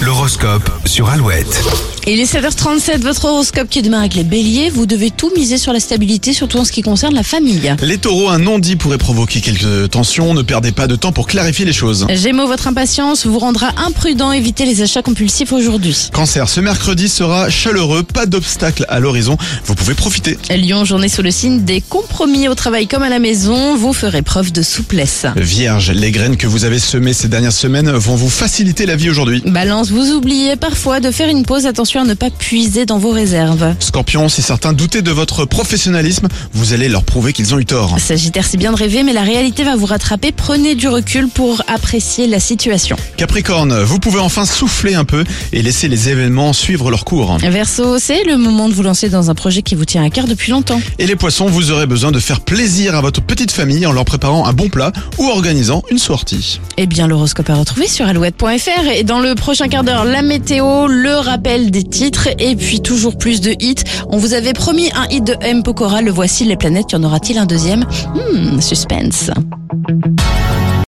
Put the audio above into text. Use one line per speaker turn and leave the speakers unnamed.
L'horoscope sur Alouette.
Il est 7h37, votre horoscope qui démarre avec les béliers. Vous devez tout miser sur la stabilité, surtout en ce qui concerne la famille.
Les taureaux, un non-dit pourrait provoquer quelques tensions. Ne perdez pas de temps pour clarifier les choses.
Gémeaux, votre impatience vous rendra imprudent. Évitez les achats compulsifs aujourd'hui.
Cancer, ce mercredi sera chaleureux, pas d'obstacles à l'horizon. Vous pouvez profiter.
Lyon, journée sous le signe des compromis au travail comme à la maison. Vous ferez preuve de souplesse.
Vierge, les graines que vous avez semées ces dernières semaines vont vous faciliter la vie aujourd'hui.
Balance, vous oubliez parfois de faire une pause. Attention à ne pas puiser dans vos réserves.
Scorpion, si certains doutaient de votre professionnalisme, vous allez leur prouver qu'ils ont eu tort.
Sagittaire, c'est bien de rêver, mais la réalité va vous rattraper. Prenez du recul pour apprécier la situation.
Capricorne, vous pouvez enfin souffler un peu et laisser les événements suivre leur cours.
Verseau, c'est le moment de vous lancer dans un projet qui vous tient à cœur depuis longtemps.
Et les poissons, vous aurez besoin de faire plaisir à votre petite famille en leur préparant un bon plat ou organisant une sortie.
Eh bien, l'horoscope à retrouver sur alouette.fr. Et dans le prochain quart d'heure, la météo, le rappel des titres et puis toujours plus de hits. On vous avait promis un hit de M. Pokora. Le voici, les planètes. Y en aura-t-il un deuxième Hmm, suspense.